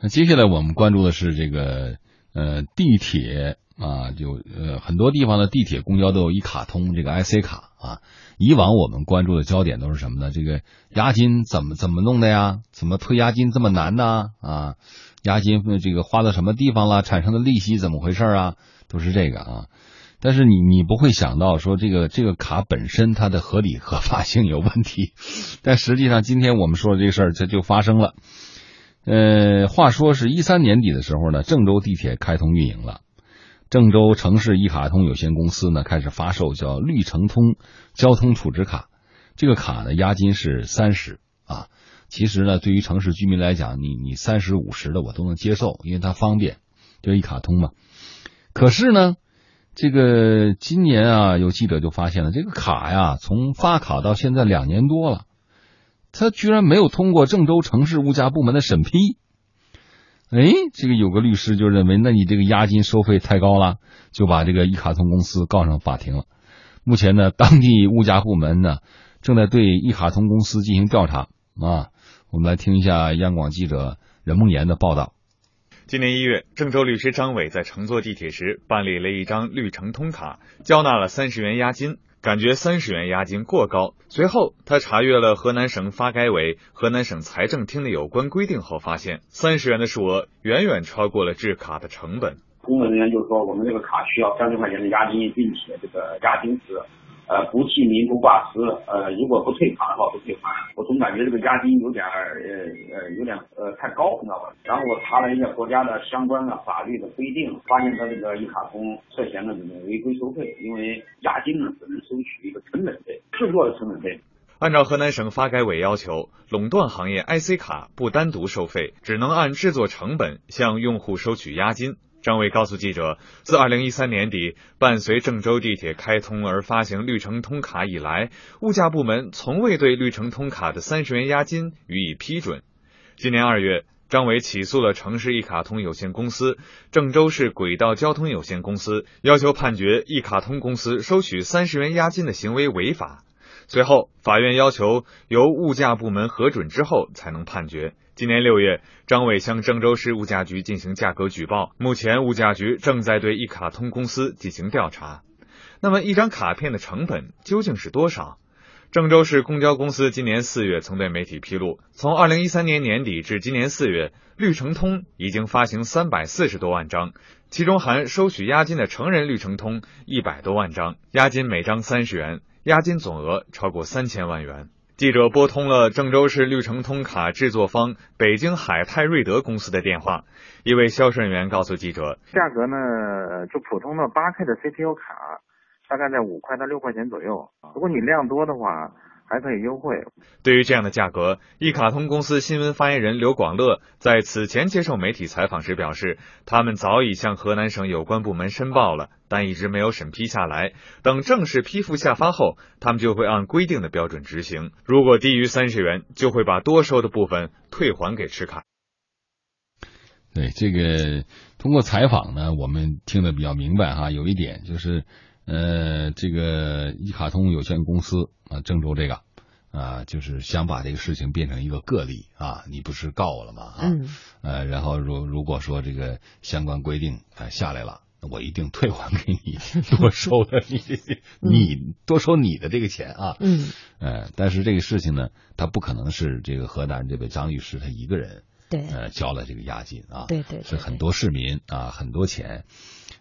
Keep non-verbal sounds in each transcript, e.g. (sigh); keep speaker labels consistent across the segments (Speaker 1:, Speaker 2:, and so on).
Speaker 1: 那接下来我们关注的是这个呃地铁啊，有呃很多地方的地铁、公交都有一卡通这个 IC 卡啊。以往我们关注的焦点都是什么呢？这个押金怎么怎么弄的呀？怎么退押金这么难呢？啊，押金呃这个花到什么地方了？产生的利息怎么回事啊？都是这个啊。但是你你不会想到说这个这个卡本身它的合理合法性有问题，但实际上今天我们说的这个事儿它就发生了。呃，话说是一三年底的时候呢，郑州地铁开通运营了。郑州城市一卡通有限公司呢开始发售叫绿城通交通储值卡，这个卡呢押金是三十啊。其实呢，对于城市居民来讲，你你三十五十的我都能接受，因为它方便，就一卡通嘛。可是呢，这个今年啊，有记者就发现了这个卡呀，从发卡到现在两年多了。他居然没有通过郑州城市物价部门的审批。哎，这个有个律师就认为，那你这个押金收费太高了，就把这个一卡通公司告上法庭了。目前呢，当地物价部门呢正在对一卡通公司进行调查啊。我们来听一下央广记者任梦妍的报道。
Speaker 2: 今年一月，郑州律师张伟在乘坐地铁时办理了一张绿城通卡，交纳了三十元押金。感觉三十元押金过高。随后，他查阅了河南省发改委、河南省财政厅的有关规定后，发现三十元的数额远远超过了制卡的成本。
Speaker 3: 工作人员就是说，我们这个卡需要三十块钱的押金，并且这个押金是呃不记名、不挂失，呃如果不退卡的话不退款。我总感觉这个押金有点儿呃呃有点呃太高，你知道吧？然后我查了一下国家的相关的法律的规定，发现他这个一卡通涉嫌了这个违规收费，因为押金呢只能收取一个成本费，制作的成本费。
Speaker 2: 按照河南省发改委要求，垄断行业 IC 卡不单独收费，只能按制作成本向用户收取押金。张伟告诉记者，自2013年底，伴随郑州地铁开通而发行绿城通卡以来，物价部门从未对绿城通卡的30元押金予以批准。今年2月，张伟起诉了城市一卡通有限公司、郑州市轨道交通有限公司，要求判决一卡通公司收取30元押金的行为违法。随后，法院要求由物价部门核准之后才能判决。今年六月，张伟向郑州市物价局进行价格举报，目前物价局正在对一卡通公司进行调查。那么，一张卡片的成本究竟是多少？郑州市公交公司今年四月曾对媒体披露，从二零一三年年底至今年四月，绿城通已经发行三百四十多万张，其中含收取押金的成人绿城通一百多万张，押金每张三十元。押金总额超过三千万元。记者拨通了郑州市绿城通卡制作方北京海泰瑞德公司的电话，一位销售人员告诉记者，
Speaker 4: 价格呢，呃就普通的八 K 的 CPU 卡，大概在五块到六块钱左右。如果你量多的话，还可以优惠。
Speaker 2: 对于这样的价格，一卡通公司新闻发言人刘广乐在此前接受媒体采访时表示，他们早已向河南省有关部门申报了。但一直没有审批下来。等正式批复下发后，他们就会按规定的标准执行。如果低于三十元，就会把多收的部分退还给持卡。
Speaker 1: 对这个，通过采访呢，我们听得比较明白哈。有一点就是，呃，这个一卡通有限公司啊，郑州这个啊，就是想把这个事情变成一个个例啊，你不是告我了吗？啊，
Speaker 5: 嗯
Speaker 1: 呃，然后如如果说这个相关规定啊下来了。我一定退还给你，多收了你，你多收你的这个钱啊。
Speaker 5: 嗯，
Speaker 1: 呃，但是这个事情呢，他不可能是这个河南这位张律师他一个人，
Speaker 5: 对
Speaker 1: 呃，交了这个押金啊，
Speaker 5: 对对对
Speaker 1: 是很多市民啊，很多钱。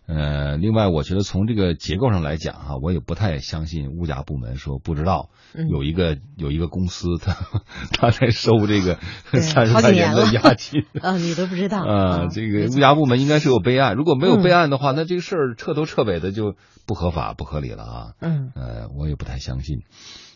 Speaker 1: 呃，另外，我觉得从这个结构上来讲哈、我也不太相信物价部门说不知道
Speaker 5: 嗯
Speaker 1: 有一个有一个公司他他在收这个
Speaker 5: 对
Speaker 1: 三十
Speaker 5: 好几
Speaker 1: 块钱
Speaker 5: 年
Speaker 1: 的
Speaker 5: 了
Speaker 1: 押金。
Speaker 5: 啊，你都不知道
Speaker 1: 啊，这个物价部门应该是有备案，如果没有
Speaker 5: 嗯
Speaker 1: 备案的话，那这个事儿彻头彻尾的就不合法、不合理了啊。
Speaker 5: 嗯，
Speaker 1: 呃，我也不太相信，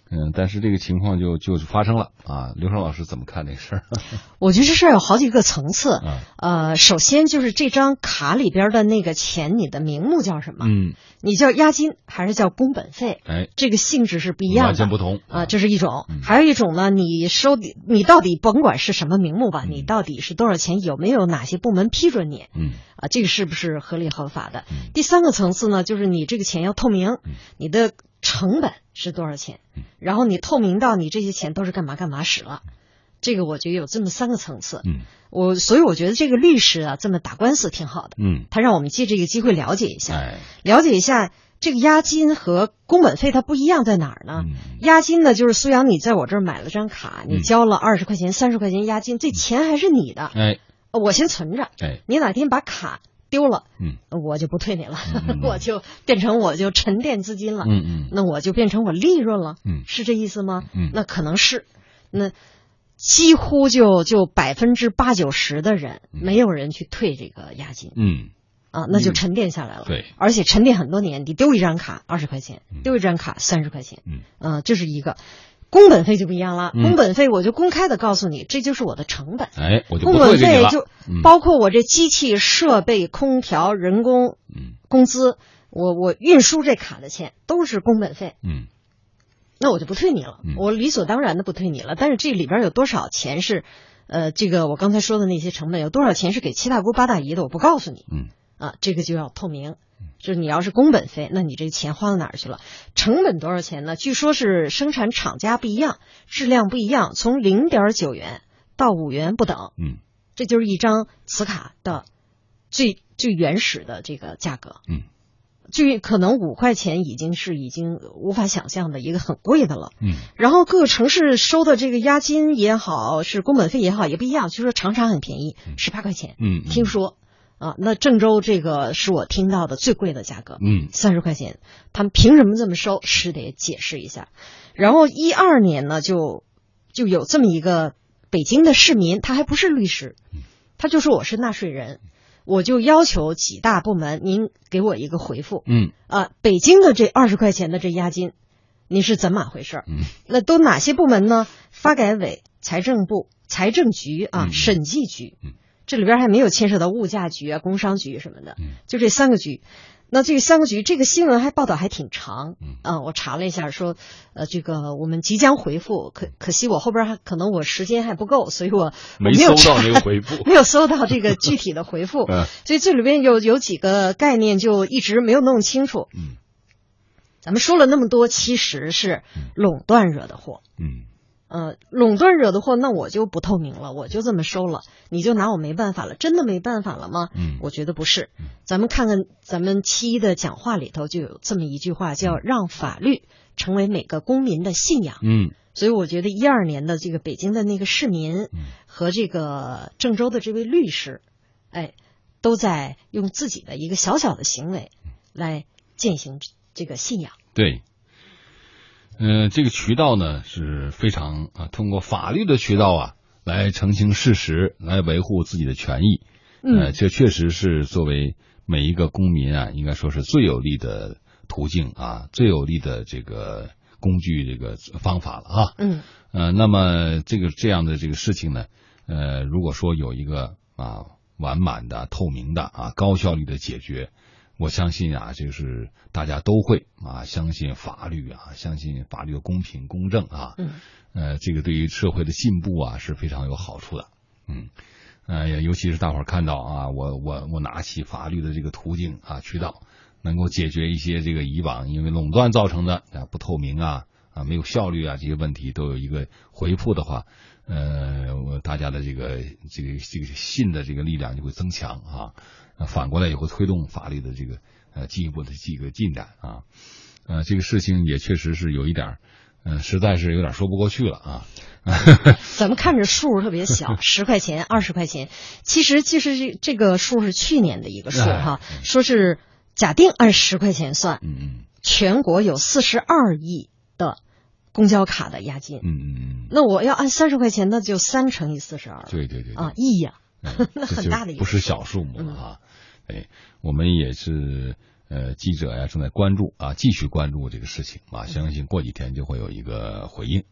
Speaker 1: 嗯、但是这个情况就就发生了啊。刘胜老师怎么看这个事儿？ (laughs)
Speaker 5: 我觉得这事儿有好几个层次。
Speaker 1: 啊，
Speaker 5: 呃，首先就是这张卡里边的那个钱，你的名目叫什么？
Speaker 1: 嗯，
Speaker 5: 你叫押金还是叫工本费？
Speaker 1: 哎，
Speaker 5: 这个性质是不一样的，
Speaker 1: 完全不同
Speaker 5: 啊，这是一种
Speaker 1: 嗯，
Speaker 5: 还有一种呢，你收底你到底甭管是什么名目吧，
Speaker 1: 嗯
Speaker 5: 你到底是多少钱，有没有哪些部门批准你
Speaker 1: 嗯
Speaker 5: 啊？这个是不是合理合法的
Speaker 1: 嗯？
Speaker 5: 第三个层次呢，就是你这个钱要透明
Speaker 1: 嗯，
Speaker 5: 你的成本是多少钱
Speaker 1: 嗯，
Speaker 5: 然后你透明到你这些钱都是干嘛干嘛使了，这个我觉得有这么三个层次。
Speaker 1: 嗯
Speaker 5: 我所以我觉得这个律师啊，这么打官司挺好的，
Speaker 1: 嗯，
Speaker 5: 他让我们借这个机会了解一下，
Speaker 1: 哎，
Speaker 5: 了解一下这个押金和工本费它不一样在哪儿呢？
Speaker 1: 嗯
Speaker 5: 押金呢，就是苏阳，你在我这儿买了张卡，
Speaker 1: 嗯
Speaker 5: 你交了二十块钱、三十块钱押金，这钱还是你的，
Speaker 1: 哎
Speaker 5: 呃我先存着。
Speaker 1: 哎，
Speaker 5: 你哪天把卡丢了，
Speaker 1: 嗯，
Speaker 5: 我就不退你了，
Speaker 1: 嗯
Speaker 5: (laughs) 我就变成我就沉淀资金了，
Speaker 1: 嗯嗯
Speaker 5: 那我就变成我利润了，
Speaker 1: 嗯
Speaker 5: 是这意思吗？
Speaker 1: 嗯，
Speaker 5: 那可能是，那几乎就就百分之八九十的人，
Speaker 1: 嗯
Speaker 5: 没有人去退这个押金
Speaker 1: 嗯
Speaker 5: 啊，那就沉淀下来了。
Speaker 1: 对，
Speaker 5: 而且沉淀很多年，你丢一张卡二十块钱
Speaker 1: 嗯，
Speaker 5: 丢一张卡三十块钱，
Speaker 1: 嗯
Speaker 5: 啊，这是一个。工本费就不一样了，
Speaker 1: 嗯
Speaker 5: 工本费我就公开的告诉你，这就是我的成本。
Speaker 1: 哎，我就
Speaker 5: 工
Speaker 1: 不会
Speaker 5: 本
Speaker 1: 给你
Speaker 5: 费
Speaker 1: 了，
Speaker 5: 就
Speaker 1: 嗯
Speaker 5: 包括我这机器设备、空调、人工、
Speaker 1: 嗯
Speaker 5: 工资，我我运输这卡的钱都是工本费，
Speaker 1: 嗯
Speaker 5: 那我就不退你了，
Speaker 1: 嗯
Speaker 5: 我理所当然的不退你了。但是这里边有多少钱是，呃，这个我刚才说的那些成本，有多少钱是给七大姑八大姨的，我不告诉你
Speaker 1: 嗯
Speaker 5: 啊，这个就要透明。就是你要是工本费，那你这钱花到哪儿去了？成本多少钱呢？据说是生产厂家不一样，质量不一样，从零点九元到五元不等。
Speaker 1: 嗯
Speaker 5: 这就是一张磁卡的最最原始的这个价格。
Speaker 1: 嗯，
Speaker 5: 最可能五块钱已经是已经无法想象的一个很贵的了。
Speaker 1: 嗯
Speaker 5: 然后各个城市收的这个押金也好，是工本费也好，也不一样。据说长沙很便宜，十八块钱，
Speaker 1: 嗯，
Speaker 5: 听说啊。那郑州这个是我听到的最贵的价格，
Speaker 1: 嗯
Speaker 5: 三十块钱，他们凭什么这么收？是得解释一下。然后一二年呢，就就有这么一个北京的市民，他还不是律师，
Speaker 1: 嗯
Speaker 5: 他就说我是纳税人，我就要求几大部门您给我一个回复
Speaker 1: 嗯
Speaker 5: 啊，北京的这二十块钱的这押金，你是怎么回事儿？
Speaker 1: 嗯
Speaker 5: 那都哪些部门呢？发改委、财政部、财政局啊，
Speaker 1: 嗯
Speaker 5: 审计局
Speaker 1: 嗯，
Speaker 5: 这里边还没有牵涉到物价局啊、工商局什么的
Speaker 1: 嗯，
Speaker 5: 就这三个局。那这三个局，这个新闻还报道还挺长
Speaker 1: 嗯
Speaker 5: 啊、我查了一下，说，呃，这个我们即将回复，可可惜我后边还可能我时间还不够，所以我
Speaker 1: 没
Speaker 5: 我没
Speaker 1: 收
Speaker 5: 有
Speaker 1: 到
Speaker 5: 查
Speaker 1: 那个回复
Speaker 5: 没有搜到这个具体的回复，
Speaker 1: 嗯
Speaker 5: 所以这里边有有几个概念就一直没有弄清楚。
Speaker 1: 嗯
Speaker 5: 咱们说了那么多，其实是垄断惹的祸。
Speaker 1: 嗯
Speaker 5: 呃，垄断惹的祸，那我就不透明了，我就这么收了，你就拿我没办法了，真的没办法了吗？
Speaker 1: 嗯
Speaker 5: 我觉得不是。咱们看看咱们七一的讲话里头就有这么一句话，叫“让法律成为每个公民的信仰”。
Speaker 1: 嗯
Speaker 5: 所以我觉得一二年的这个北京的那个市民
Speaker 1: 嗯
Speaker 5: 和这个郑州的这位律师，哎，都在用自己的一个小小的行为来践行这个信仰。
Speaker 1: 对。呃，这个渠道呢是非常啊，通过法律的渠道啊来澄清事实，来维护自己的权益。呃，
Speaker 5: 嗯
Speaker 1: 这确实是作为每一个公民啊，应该说是最有利的途径啊，最有利的这个工具、这个方法了啊。
Speaker 5: 嗯
Speaker 1: 呃，那么这个这样的这个事情呢，呃，如果说有一个啊完满的、透明的啊高效率的解决，我相信啊，就是大家都会啊相信法律啊，相信法律的公平公正啊，
Speaker 5: 嗯
Speaker 1: 呃，这个对于社会的进步啊是非常有好处的。嗯，呃，也尤其是大伙儿看到啊，我我我拿起法律的这个途径啊渠道，能够解决一些这个以往因为垄断造成的啊不透明啊啊没有效率啊这些问题都有一个回复的话，呃，我大家的这个这个这个信的这个力量就会增强啊，那反过来也会推动法律的这个呃进一步的这个进展啊，呃，这个事情也确实是有一点儿。嗯，实在是有点说不过去了啊。 (laughs)
Speaker 5: 咱们看着数特别小，十块钱、二十块钱，其实其实这这个数是去年的一个数
Speaker 1: 哎
Speaker 5: 哈，说是假定按十块钱算，
Speaker 1: 嗯
Speaker 5: 全国有四十二亿的公交卡的押金
Speaker 1: 嗯。嗯嗯嗯，
Speaker 5: 那我要按三十块钱，那就三乘以四十二
Speaker 1: 对对对对
Speaker 5: 啊，亿呀、
Speaker 1: 嗯
Speaker 5: (laughs)
Speaker 1: 这
Speaker 5: 那很
Speaker 1: 就
Speaker 5: 大的一
Speaker 1: 不
Speaker 5: 个嗯
Speaker 1: 是小数目了啊。哎，我们也是呃，记者呀、正在关注啊，继续关注这个事情啊，相信过几天就会有一个回应